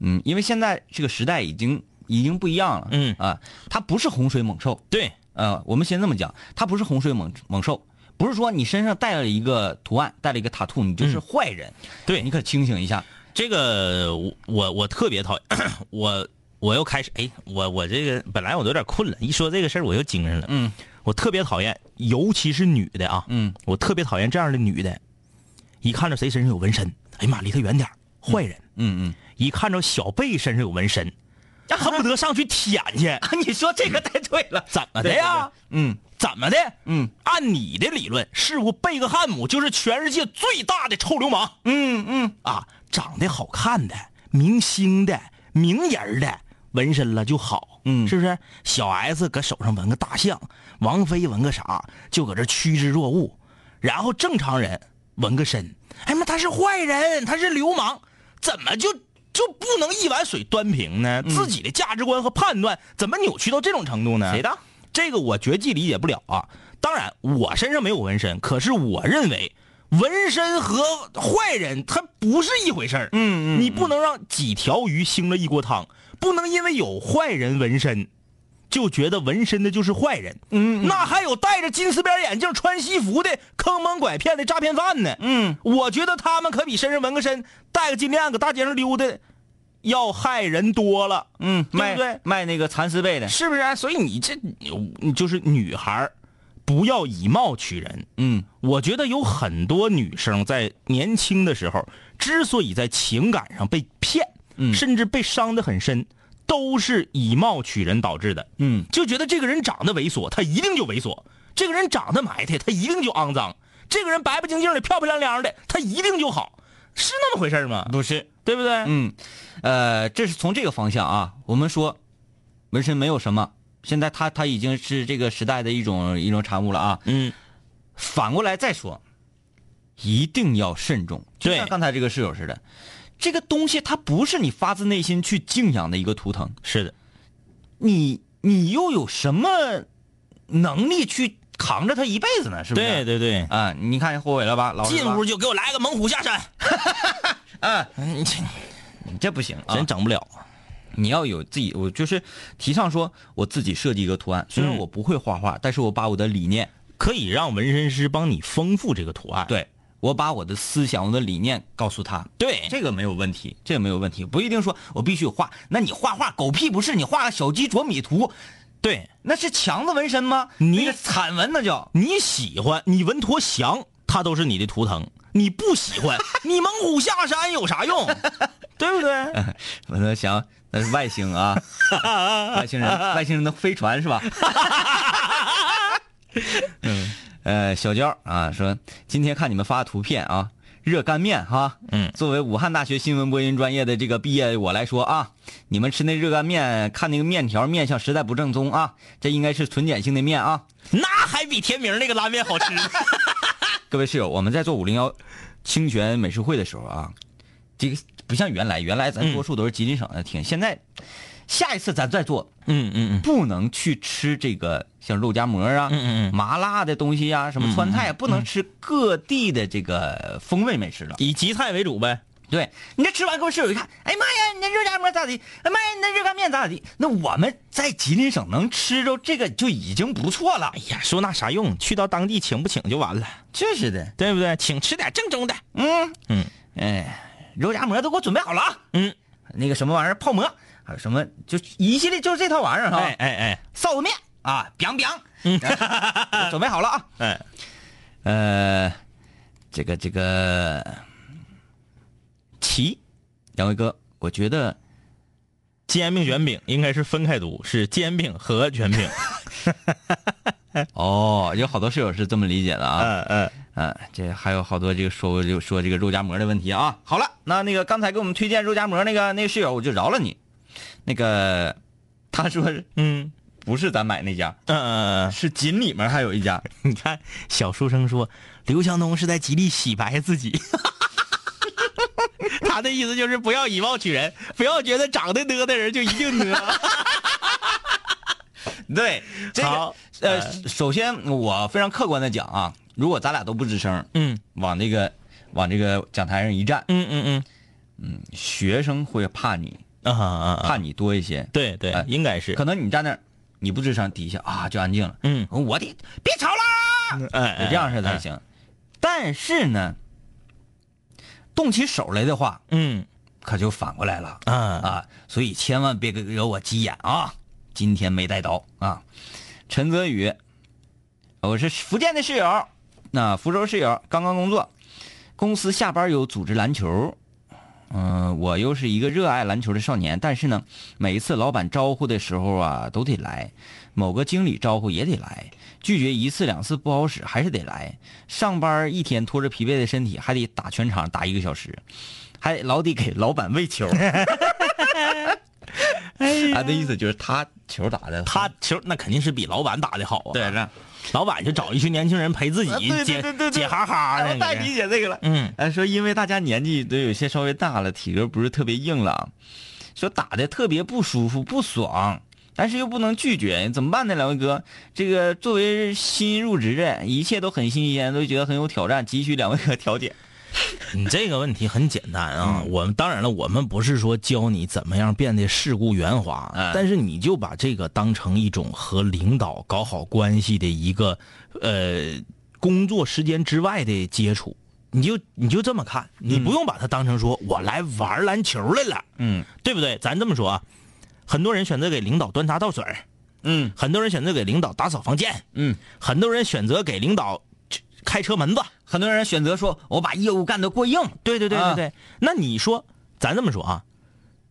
嗯，因为现在这个时代已经已经不一样了，嗯啊，它不是洪水猛兽，对，呃，我们先这么讲，它不是洪水猛猛兽，不是说你身上带了一个图案，带了一个塔兔，你就是坏人，嗯对你可清醒一下，这个我我我特别讨厌， [coughs] 我我又开始哎，我我这个本来我都有点困了，一说这个事儿我又精神了。嗯，我特别讨厌，尤其是女的啊，嗯，我特别讨厌这样的女的，一看着谁身上有纹身，哎呀妈，离她远点儿坏人。嗯嗯。一看着小贝身上有纹身，恨不得上去舔 [laughs] 去，啊，你说这个太对了，怎么的呀？嗯，怎么的？嗯，按你的理论，是不贝克汉姆就是全世界最大的臭流氓？嗯嗯啊，长得好看的、明星的、名人儿的，纹身了就好，嗯是不是？小 S 搁手上纹个大象，王菲纹个啥，就搁这趋之若鹜。然后正常人纹个身，哎妈，他是坏人，他是流氓，怎么就就不能一碗水端平呢？自己的价值观和判断怎么扭曲到这种程度呢？谁的？这个我绝技理解不了啊！当然，我身上没有纹身，可是我认为纹身和坏人他不是一回事儿。嗯嗯，你不能让几条鱼腥了一锅汤，不能因为有坏人纹身。就觉得纹身的就是坏人，嗯，那还有戴着金丝边眼镜、穿西服的坑蒙拐骗的诈骗犯呢，嗯，我觉得他们可比身上纹个身、戴个金链子、搁大街上溜达，要害人多了，嗯，对卖不对？卖那个蚕丝被的，是不是、啊？所以你这你就是女孩儿，不要以貌取人。嗯，我觉得有很多女生在年轻的时候，之所以在情感上被骗，嗯甚至被伤得很深，都是以貌取人导致的。嗯，就觉得这个人长得猥琐，他一定就猥琐；这个人长得埋汰，他一定就肮脏；这个人白白净净的、漂漂亮亮的，他一定就好，是那么回事吗？不是，对啊不对？嗯，呃，这是从这个方向啊，我们说纹身没有什么，现在它它已经是这个时代的一种一种产物了啊。嗯，反过来再说，一定要慎重。就对像刚才这个室友似的，这个东西它不是你发自内心去敬仰的一个图腾，是的，你你又有什么能力去扛着它一辈子呢？是不是？对对对。啊、你看后悔了吧？老实进吧屋就给我来个猛虎下山，啊，嗯，这你这不行啊！真整不了。你要有自己，我就是提倡说，我自己设计一个图案。虽然嗯我不会画画，但是我把我的理念，可以让纹身师帮你丰富这个图案。对我把我的思想、我的理念告诉他，对，这个没有问题，这个没有问题，不一定说我必须画。那你画画狗屁不是？你画个小鸡啄米图，对，那是强子纹身吗？你那个惨纹那叫你喜欢你文陀祥，它都是你的图腾。你不喜 [laughs] 欢，你猛虎下山有啥 [laughs] 用？对不对？我在想那是外星啊，外星人，外星人的飞船是吧？ [laughs] 嗯，呃，小娇啊说，今天看你们发的图片啊，热干面哈，嗯作为武汉大学新闻播音专业的这个毕业我来说啊，你们吃那热干面，看那个面条面相实在不正宗啊，这应该是纯碱性的面啊。那还比天明那个拉面好吃。各位室友，我们在做五零幺清泉美术会的时候啊，这个不像原来，原来咱多数都是吉林省的听，现在下一次咱再做，嗯嗯不能去吃这个像肉夹馍啊、嗯嗯嗯嗯麻辣的东西啊、什么川菜啊，不能吃各地的这个风味美食了。以吉菜为主呗。对你这吃完，各位室友一看，哎呀妈呀，你那肉夹馍咋地？哎妈呀，你那热干面咋地？那我们在吉林省能吃着这个就已经不错了哎。呀，说那啥用？去到当地请不请就完了，真是的，对不对？请吃点正宗的。嗯嗯，哎，肉夹馍都给我准备好了啊。嗯，那个什么玩意儿泡馍，还有什么就一系列就是这套玩意儿哈。哎哎哎臊子面啊，biang biang，我 [laughs] 准备好了啊。哎，呃，这个这个齐，两位哥，我觉得煎饼卷饼应该是分开读，是煎饼和 [laughs] 卷饼。哦，有好多室友是这么理解的啊。嗯嗯，嗯，这还有好多这个说就说这个肉夹馍的问题啊。好了，那那个刚才给我们推荐肉夹馍那个那个室友，我就饶了你。那个他说嗯不是咱买那家，嗯嗯。嗯是锦里面还有一 [laughs] 家。你看，小书生说刘强东是在极力洗白自己，他的意思就是不要以貌取人， [laughs] 不要觉得长得呢的人就一 [laughs] 定呢。对，这个好呃，首先我非常客观的讲啊，如果咱俩都不吱声，嗯往这个往这个讲台上一站，嗯嗯学生会怕你，嗯啊啊啊！怕你多一些。对对哎，应该是可能你站那儿，你不吱声，底下啊就安静了。嗯，我的别吵啦，哎得这样式才。哎哎行。但是呢，动起手来的话，嗯可就反过来了啊，啊！所以千万别给惹我急眼啊！今天没带刀啊！陈泽宇，我是福建的室友，那、福州室友，刚刚工作，公司下班有组织篮球，嗯、我又是一个热爱篮球的少年，但是呢，每一次老板招呼的时候啊，都得来；某个经理招呼也得来，拒绝一次两次不好使，还是得来。上班一天拖着疲惫的身体，还得打全场打一个小时，还老得给老板喂球。他的意思就是他球打的他球那肯定是比老板打的好啊。对，这样老板就找一群年轻人陪自啊己对对解对对对解哈哈哎那我太理个。解这个了。嗯，呃，说因为大家年纪都有些稍微大了，体格不是特别硬朗，说打的特别不舒服不爽，但是又不能拒绝，怎么办呢？两位哥，这个作为新入职的，一切都很新鲜，都觉得很有挑战，急需两位哥调解。你这个问题很简单啊。我们当然了，我们不是说教你怎么样变得世故圆滑，嗯但是你就把这个当成一种和领导搞好关系的一个呃工作时间之外的接触。你就你就这么看，你不用把它当成说我来玩篮球来了，嗯对不对？咱这么说啊，很多人选择给领导端茶倒水儿，嗯很多人选择给领导打扫房间，嗯，很多人选择给领导这开车门子。很多人选择说我把业务干得过硬，对对对对对。那你说，咱这么说啊，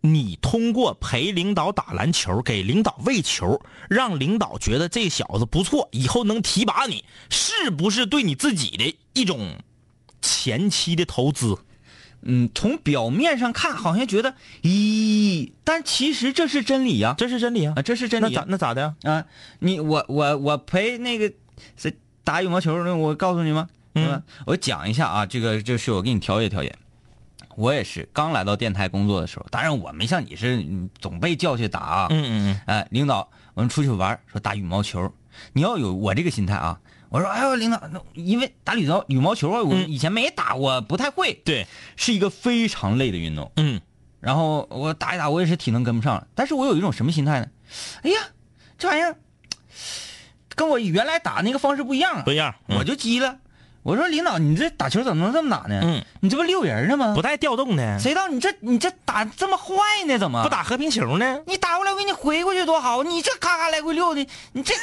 你通过陪领导打篮球，给领导喂球，让领导觉得这小子不错，以后能提拔你，是不是对你自己的一种前期的投资？嗯，从表面上看好像觉得，咦，但其实这是真理呀、这是真理啊啊，！这是真那理咋呀、那咋的呀？啊！你我我我陪那个谁打羽毛球那我告诉你吗？嗯吧，我讲一下啊，这个就是我给你调解调解。我也是刚来到电台工作的时候，当然我没像你是嗯总被叫去打啊。嗯嗯嗯，哎，领导，我们出去玩儿，说打羽毛球，你要有我这个心态啊。我说，哎呦，领导，那因为打羽毛羽毛球啊，我嗯以前没打过，不太会，对，是一个非常累的运动。嗯然后我打一打，我也是体能跟不上了。但是我有一种什么心态呢？哎呀，这玩意儿跟我原来打那个方式不一样啊不，一样，嗯我就急了。我说领导，你这打球怎么能这么打呢？嗯，你这不溜人呢吗不？带调动的，谁到你这你这打这么坏呢？怎么不？打和平球呢？你打过来，我给你回过去多好！你这咔咔来回溜的，你 [laughs] 这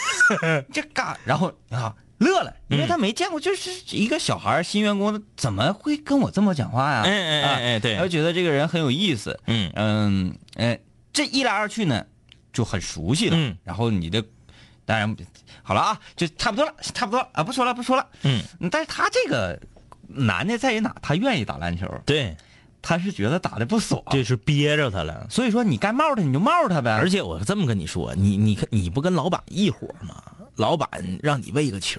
你这嘎，然后啊乐了，因为他没见过，就是一个小孩儿新员工，怎么会跟我这么讲话呀？哎哎哎哎啊对他就觉得这个人很有意思。嗯嗯哎，这一来二去呢，就很熟悉了。嗯然后你的，当然好了啊，就差不多了，差不多了啊，不说了，不说了。嗯，但是他这个男的在于哪？他愿意打篮球，对，他是觉得打的不爽。这是憋着他了。所以说你该冒他你就冒他呗，而且我这么跟你说，你你看你不跟老板一伙儿吗？老板让你喂个球，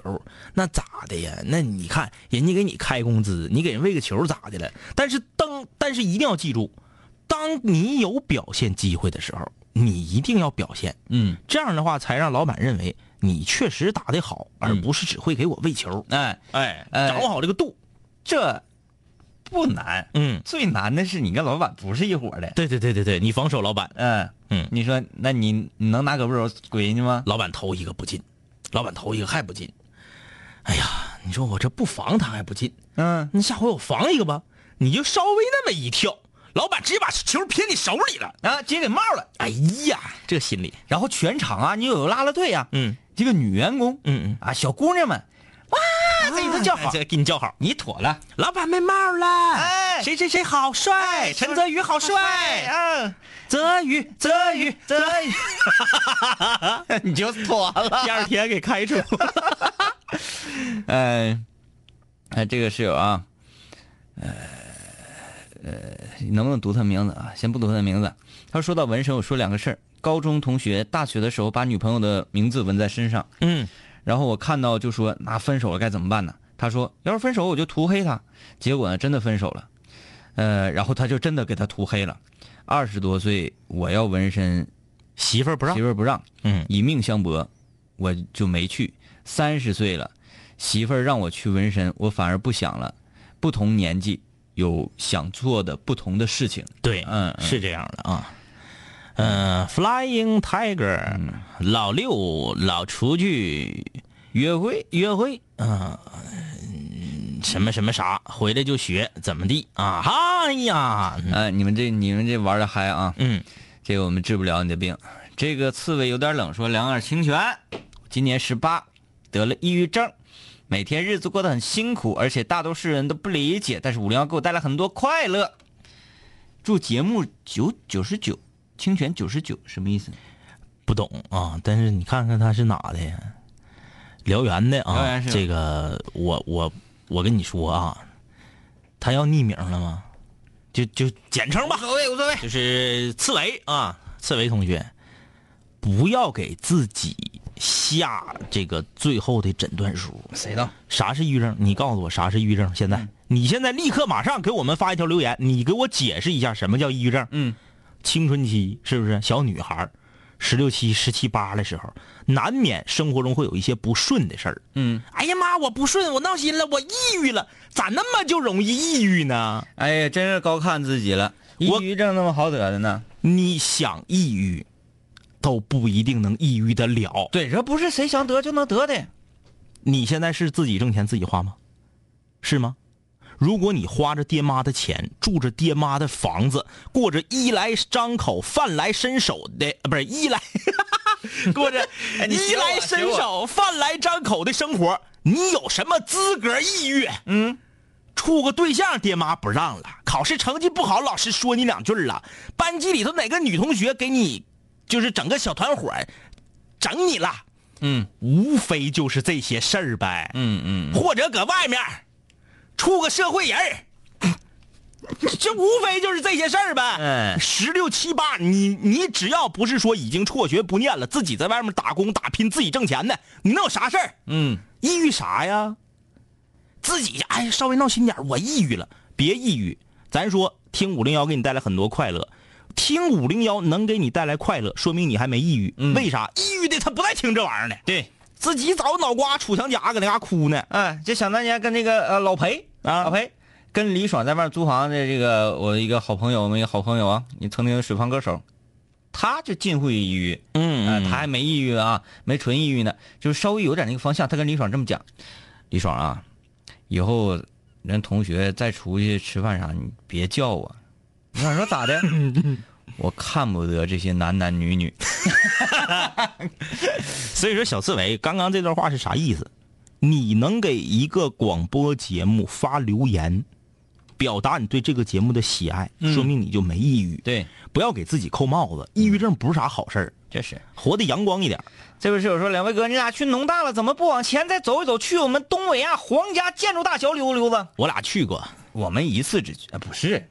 那咋的呀？那你看人家给你开工资，你给人喂个球咋的了？但是当但是一定要记住，当你有表现机会的时候，你一定要表现，嗯，这样的话才让老板认为你确实打得好，而不是只会给我喂球。哎，嗯哎，哎掌握好这个度。这不难，嗯，最难的是你跟老板不是一伙的。对对对对对，你防守老板，嗯嗯你说那你你能拿胳膊肘怼人家吗？老板头一个不进，老板头一个还不进。哎呀，你说我这不防他还不进，嗯，那下回我防一个吧，你就稍微那么一跳，老板直接把球撇你手里了。啊，直接给冒了。哎呀，这心理，然后全场啊，你有拉拉队啊，嗯，这个女员工，嗯哎啊，小姑娘们，哇，啊这一顿叫好，这给你叫好，你妥了，老板没帽了，哎谁谁谁好帅，哎陈泽宇好帅，嗯，泽宇泽宇，这 [laughs] 你就妥 [laughs] 了。第二天给开除。哎，哎，这个室友啊，呃呃，能不能读他名字啊？先不读他的名字。他说到纹身，我说两个事儿：高中同学，大学的时候把女朋友的名字纹在身上，嗯，然后我看到就说那分手了该怎么办呢？他说要是分手我就涂黑他，结果呢真的分手了，呃，然后他就真的给他涂黑了。二十多岁我要纹身，媳妇儿不让媳，妇儿不让，嗯以命相搏，我就没去。三十岁了，媳妇儿让我去纹身，我反而不想了。不同年纪有想做的不同的事情。对，嗯嗯是这样的啊。嗯、f l y i n g Tiger，、老嗯六，老厨具，约会，约会，啊嗯、什么什么啥，回来就学，怎么地啊？哎呀，哎、你们这你们这玩的嗨啊！嗯，这个我们治不了你的病。这个刺猬有点冷，说两耳清泉，今年十八，得了抑郁症，每天日子过得很辛苦，而且大多数人都不理解。但是五零幺给我带来很多快乐。祝节目九九十九，清泉九十九什么意思？不懂啊，但是你看看他是哪的呀？辽源的辽啊源，是这个我我我跟你说啊，他要匿名了吗？就就简称吧，无所谓，无所谓。就是刺猬啊，刺猬同学，不要给自己下这个最后的诊断书。谁呢？啥是抑郁症？你告诉我啥是抑郁症？现在，你现在立刻马上给我们发一条留言，你给我解释一下什么叫抑郁症？嗯，青春期是不是小女孩，十六七、十七八的时候，难免生活中会有一些不顺的事儿。嗯，哎呀妈，我不顺，我闹心了，我抑郁了，咋那么就容易抑郁呢？哎呀，真是高看自己了。抑我郁症那么好得的呢？你想抑郁，都不一定能抑郁得了。对，这不是谁想得就能得的。你现在是自己挣钱自己花吗？是吗？如果你花着爹妈的钱，住着爹妈的房子，过着衣来张口、饭来伸手的，呃不是衣来， [laughs] 过着哎你衣学我来伸学手、饭来张口的生活，你有什么资格抑郁？嗯，处个对象爹妈不让了，考试成绩不好老师说你两句了，班级里头哪个女同学给你就是整个小团伙整你了。嗯无非就是这些事儿呗。嗯嗯，或者搁外面儿处个社会人儿，这无非就是这些事儿呗哎。十六七八，你你只要不是说已经辍学不念了，自己在外面打工打拼，自己挣钱的，你能有啥事儿？嗯，抑郁啥呀？自己哎，稍微闹心点儿，我抑郁了，别抑郁。咱说听五零幺给你带来很多快乐，听五零幺能给你带来快乐，说明你还没抑郁。为啥？抑郁的他不爱听这玩意儿呢。对，自己找脑瓜杵墙角搁那嘎哭呢。哎，这想当年跟那个呃老裴啊老裴跟李爽在外面租房的这个我一个好朋友，我们一个好朋友啊，你曾经的水房歌手，他就近乎于抑郁，嗯呃他还没抑郁啊，没纯抑郁呢，就是稍微有点那个方向。他跟李爽这么讲，李爽啊，以后人同学再出去吃饭啥，你别叫我。李爽说 [laughs] 咋的？我看不得这些男男女女。所以说，小刺猬刚刚这段话是啥意思？你能给一个广播节目发留言，表达你对这个节目的喜爱，说明你就没抑郁。，对，不要给自己扣帽子，抑郁症不是啥好事儿，这是。活得阳光一点儿。这位室友说：“两位哥，你俩去农大了，怎么不往前再走一走，去我们东北亚皇家建筑大桥溜达溜达我俩去过？”我们一次只去，啊，不是，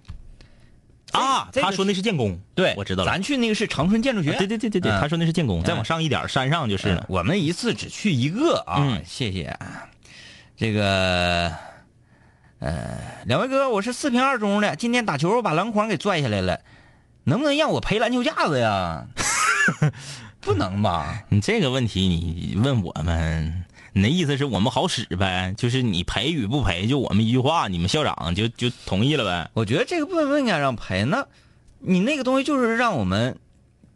啊，这个他说那是建工，对，我知道了。咱去那个是长春建筑学啊院，对对对对对，嗯他说那是建工，再往上一点儿山上就是嗯了。我们一次只去一个啊，嗯谢谢啊。这个，呃，两位哥，我是四平二中的，今天打球我把篮筐给拽下来了，能不能让我赔篮球架子 [laughs] 呀？不能吧？你这个问题你问我们，你那意思是我们好使呗？就是你赔与不赔，就我们一句话，你们校长就就同意了呗？我觉得这个部分不应该让赔。那，你那个东西就是让我们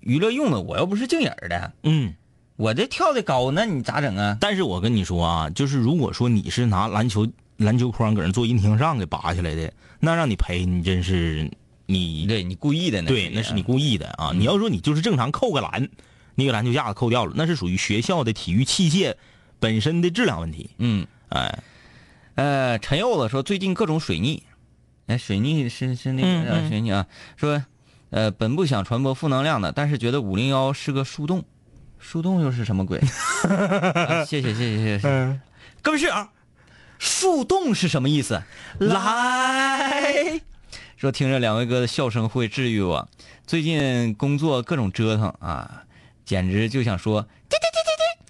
娱乐用的，我又不是净影儿的。嗯。我这跳的高，那你咋整啊？但是我跟你说啊，就是如果说你是拿篮球篮球框搁那做引体向上给拔下来的，那让你赔，你真是你对你故意的呢？对，那是你故意的啊！你要说你就是正常扣个篮，你给篮球架子扣掉了，那是属于学校的体育器械本身的质量问题。嗯。哎，呃，陈柚子说最近各种水逆，哎，水逆是是那嗯个、啊嗯水逆啊，说呃本不想传播负能量的，但是觉得五零幺是个树洞，树洞又是什么 [laughs] 鬼？啊谢谢谢谢谢谢，嗯，各位室友，树洞是什么意思？来。说听着两位哥的笑声会治愈我，最近工作各种折腾啊，简直就想说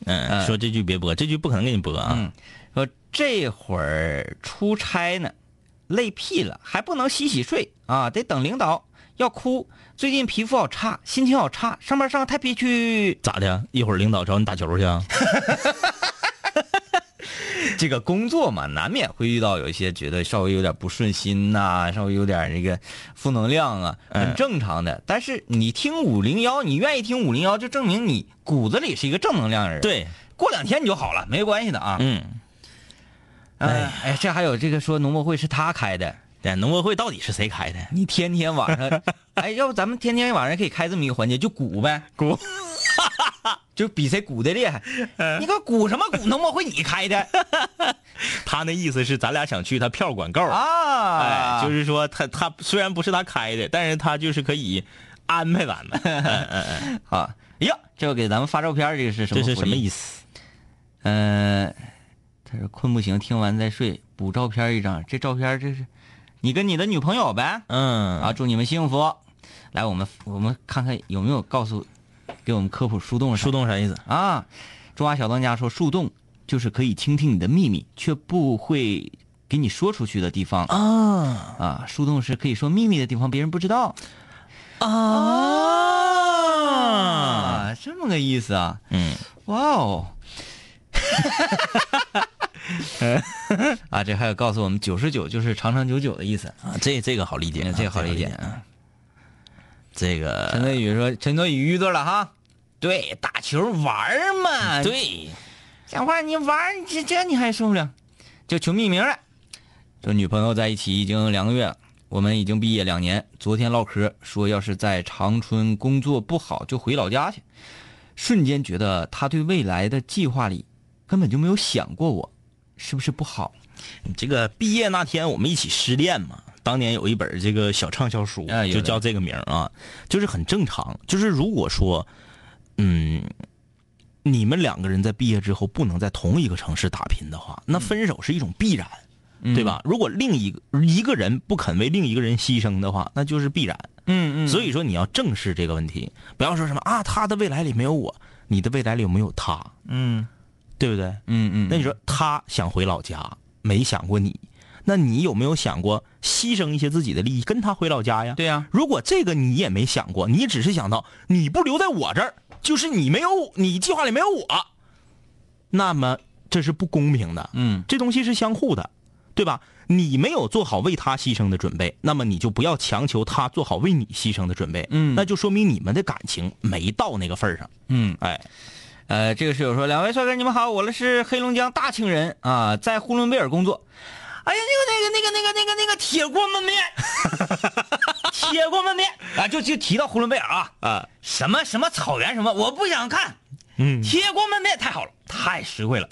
嗯，说这句别播，这句不可能给你播啊。嗯说这会儿出差呢，累屁了，还不能洗洗睡啊，得等领导。要哭，最近皮肤好差，心情好差，上班上得太憋屈。咋的？一会儿领导找你打球去啊？这个工作嘛，难免会遇到有一些觉得稍微有点不顺心呐、稍微有点这个负能量啊，很正常的。但是你听五零幺，你愿意听五零幺，就证明你骨子里是一个正能量人。，对，过两天你就好了，没关系的啊。嗯，哎哎，这还有这个说农博会是他开的，对，哎农博会到底是谁开的？ [laughs] 你天天晚上，哎，要不咱们天天晚上可以开这么一个环节，就鼓呗，鼓， [laughs] 就比谁鼓的厉害。嗯你个鼓什么鼓？能不会你开 [laughs] 的他那意思是咱俩想去，他票管够啊啊？哎，就是说他他虽然不是他开的，但是他就是可以安排咱 [laughs] 们，啊，哎呀，这给咱们发照片，这个是什么？这是什么意思？思？嗯，他说困不行，听完再睡，补照片一张。这照片这是你跟你的女朋友呗？嗯啊，祝你们幸福。来，我们我们看看有没有告诉给我们科普树洞上树洞啥意思？啊，中华小当家说树洞就是可以倾听你的秘密，却不会给你说出去的地方啊啊。树洞是可以说秘密的地方，别人不知道啊！啊，这么个意思啊。嗯，哇哦！ [laughs] 啊，这还有告诉我们，九十九就是长长久久的意思。啊这这个好理解啊，这个好理解啊。这陈个泽宇说：“陈泽宇遇到了哈，嗯对，打球玩儿嘛，，对，哎讲话你玩儿，这这你还受不了？就求匿名了。说女朋友在一起已经两个月了，我们已经毕业两年。昨天唠嗑说，要是在长春工作不好就回老家去。瞬间觉得他对未来的计划里根本就没有想过我，是不是不好？这个毕业那天我们一起失恋嘛。当年有一本这个小畅销书哎，有的就叫这个名儿啊，就是很正常。就是如果说，嗯，你们两个人在毕业之后不能在同一个城市打拼的话，嗯那分手是一种必然，对吧？如果另一个一个人不肯为另一个人牺牲的话，那就是必然。嗯嗯所以说你要正视这个问题，不要说什么啊，他的未来里没有我，你的未来里有没有他，嗯对不对？嗯嗯，那你说他想回老家，没想过你，那你有没有想过牺牲一些自己的利益跟他回老家呀？对呀如果这个你也没想过，你只是想到你不留在我这儿，就是你没有我你计划里没有我，那么这是不公平的。嗯这东西是相互的，对吧？你没有做好为他牺牲的准备，那么你就不要强求他做好为你牺牲的准备。嗯那就说明你们的感情没到那个份儿上。嗯。哎，呃，这个室友说：“两位帅哥，你们好，我是黑龙江大庆人啊、在呼伦贝尔工作。哎呀，那个那个那个那个那个那个铁锅焖 [laughs] 面，铁锅焖面啊，就就提到呼伦贝尔啊啊，什么什么草原什么，我不想看，嗯，铁锅焖面太好了，太实惠了，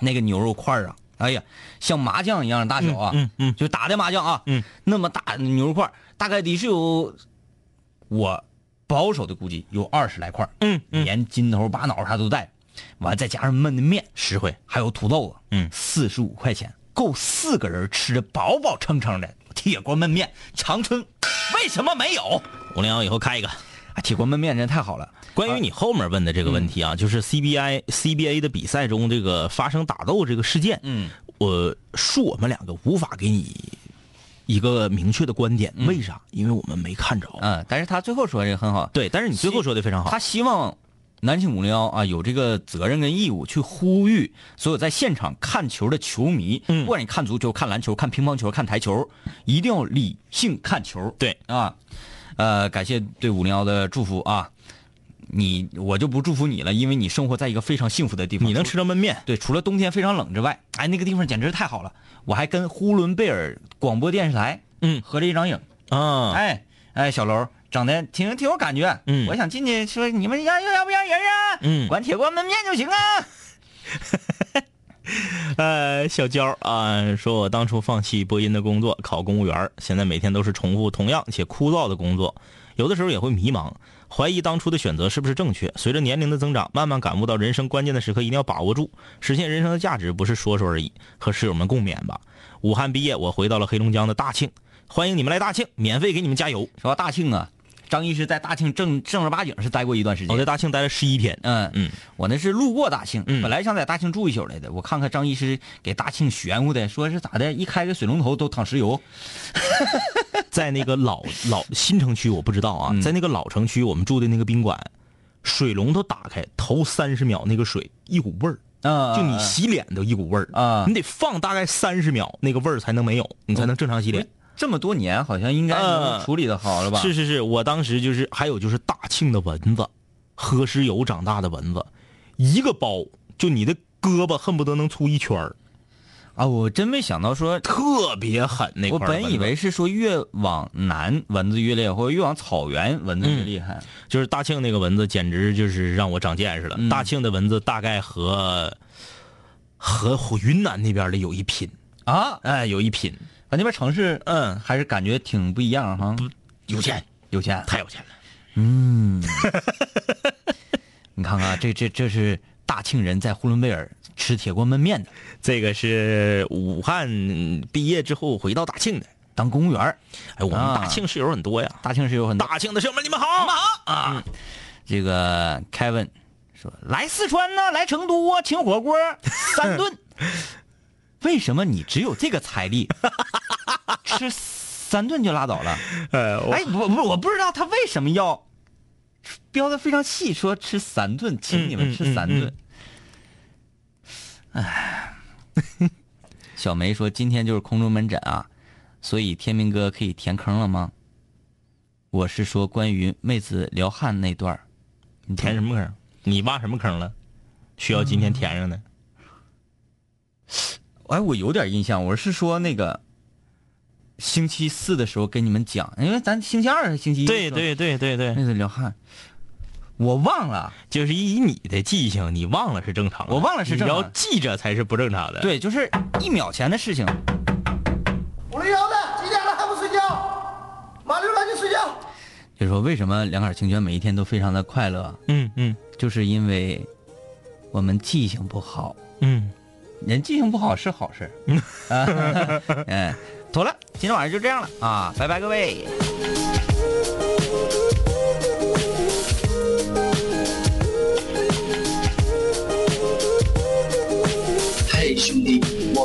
那个牛肉块儿啊，哎呀，像麻将一样的大小啊，嗯嗯嗯就打的麻将啊，嗯，那么大牛肉块儿，大概得是有，我保守的估计有二十来块儿，嗯嗯连筋头巴脑啥都带，完再加上焖的面，实惠。还有土豆子，啊嗯四十五块钱够四个人吃的饱饱撑撑的铁锅焖面，长春为什么没有？五零幺以后开一个。啊，铁锅焖面真太好了，关于你后面问的这个问嗯题啊，就是 CBI CBA 的比赛中这个发生打斗这个事件，嗯，我恕我们两个无法给你一个明确的观点，为啥？因为我们没看着。嗯，但是他最后说这个很好，对，但是你最后说的非常好。啊他希望南庆五零幺啊有这个责任跟义务去呼吁所有在现场看球的球迷，嗯不管你看足球、看篮球、看乒乓球、看台球，一定要理性看球。对啊，呃，感谢对五零幺的祝福啊！你我就不祝福你了，因为你生活在一个非常幸福的地方，你能吃到焖面，对，除了冬天非常冷之外，哎，那个地方简直太好了。我还跟呼伦贝尔广播电视台嗯合了一张影，啊，哎哎，小楼长得挺挺有感觉，嗯我想进去说你们让要不让人啊？嗯管铁锅焖面就行啊。呃，小娇儿啊、说我当初放弃播音的工作，考公务员儿，现在每天都是重复同样且枯燥的工作，有的时候也会迷茫，怀疑当初的选择是不是正确。随着年龄的增长，慢慢感悟到人生关键的时刻一定要把握住，实现人生的价值不是说说而已。和室友们共勉吧。武汉毕业，我回到了黑龙江的大庆，欢迎你们来大庆，免费给你们加油。说到大庆啊，张医师在大庆正正儿八经是待过一段时我间。在大庆待了十一天，嗯哦嗯，我那是路过大庆，嗯本来想在大庆住一宿来的。我看看张医师给大庆玄乎的，说是咋的，一开个水龙头都淌石油。在那个老 [laughs] 老新城区，我不知道啊，嗯在那个老城区，我们住的那个宾馆，水龙头打开头三十秒，那个水一股味儿，啊就你洗脸都一股味儿啊你得放大概三十秒，那个味儿才能没有，你才能正常洗脸。这么多年，好像应该能嗯处理的好了吧？哎是是是，我当时就是还有就是大庆的蚊子，喝石油长大的蚊子，一个包就你的胳膊恨不得能粗一圈儿，啊，我真没想到说特别狠那我块儿的蚊子。本以为是说越往南蚊子越厉害，或者越往草原蚊子越厉害。就是大庆那个蚊子，简直就是让我长见识了。嗯大庆的蚊子大概和和云南那边的有一拼，啊，哎，有一拼，咱那边城市，嗯，还是感觉挺不一样哈。有钱，有钱，太有钱了。你看看这这这是大庆人在呼伦贝尔吃铁锅焖面的，这个是武汉毕业之后回到大庆的，当公务员儿哎，我们啊大庆室友很多呀。大庆是有很多。大庆的室友们，你们好，你们好啊！这个 Kevin 说来四川呢、来成都啊，请火锅三 [laughs] 顿。为什么你只有这个财力，吃三顿就拉倒了？呃，我哎，我不是，我不知道他为什么要标的非常细，说吃三顿，请嗯你们吃三顿。哎、 [laughs] 小梅说今天就是空中门诊啊，所以天明哥可以填坑了吗？我是说关于妹子撩汉那段儿你填什么坑？你挖什么坑了？需要今天填上呢？哎，我有点印象，我是说那个星期四的时候跟你们讲，因为咱星期二还是星期一嗯对对对对对，妹子撩汉，我忘了。就是以你的记性，你忘了是正常的，我忘了是正常你要记着才是不正常的。，对，就是一秒前的事情。五零幺的，几点了还不睡觉？马六赶紧睡觉。就说为什么两杆清泉每一天都非常的快乐，啊嗯嗯就是因为我们记性不好。嗯，人记性不好是好事儿。 [laughs] 啊嗯，妥了，今天晚上就这样了啊，拜拜各位。嘿，兄弟，我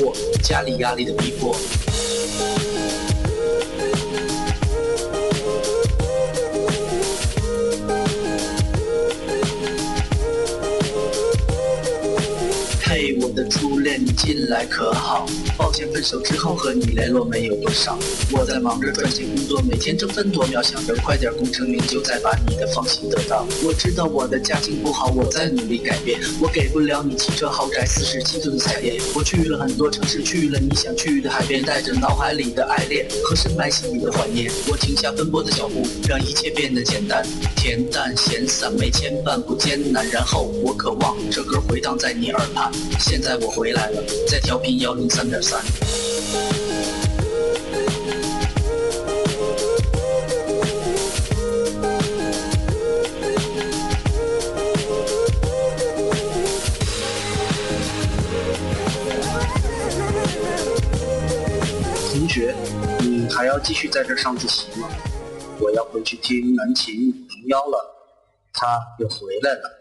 家里压力的逼迫。嘿，我的初恋，你近来可好？抱歉，分手之后和你联络没有多少。我在忙着赚钱工作，每天争分夺秒，想着快点功成名就，再把你的芳心得到。我知道我的家境不好，我在努力改变。我给不了你汽车豪宅、四十七寸的彩电。我去了很多城市，去了你想去的海边，带着脑海里的爱恋和深埋心底的怀念。我停下奔波的脚步，让一切变得简单，恬淡闲散，没牵绊，不艰难。然后我渴望这歌回荡在你耳畔。现在我回来了，在调频幺零三点三。同学，你还要继续在这儿上自习吗？我要回去听南琴零幺了，他又回来了。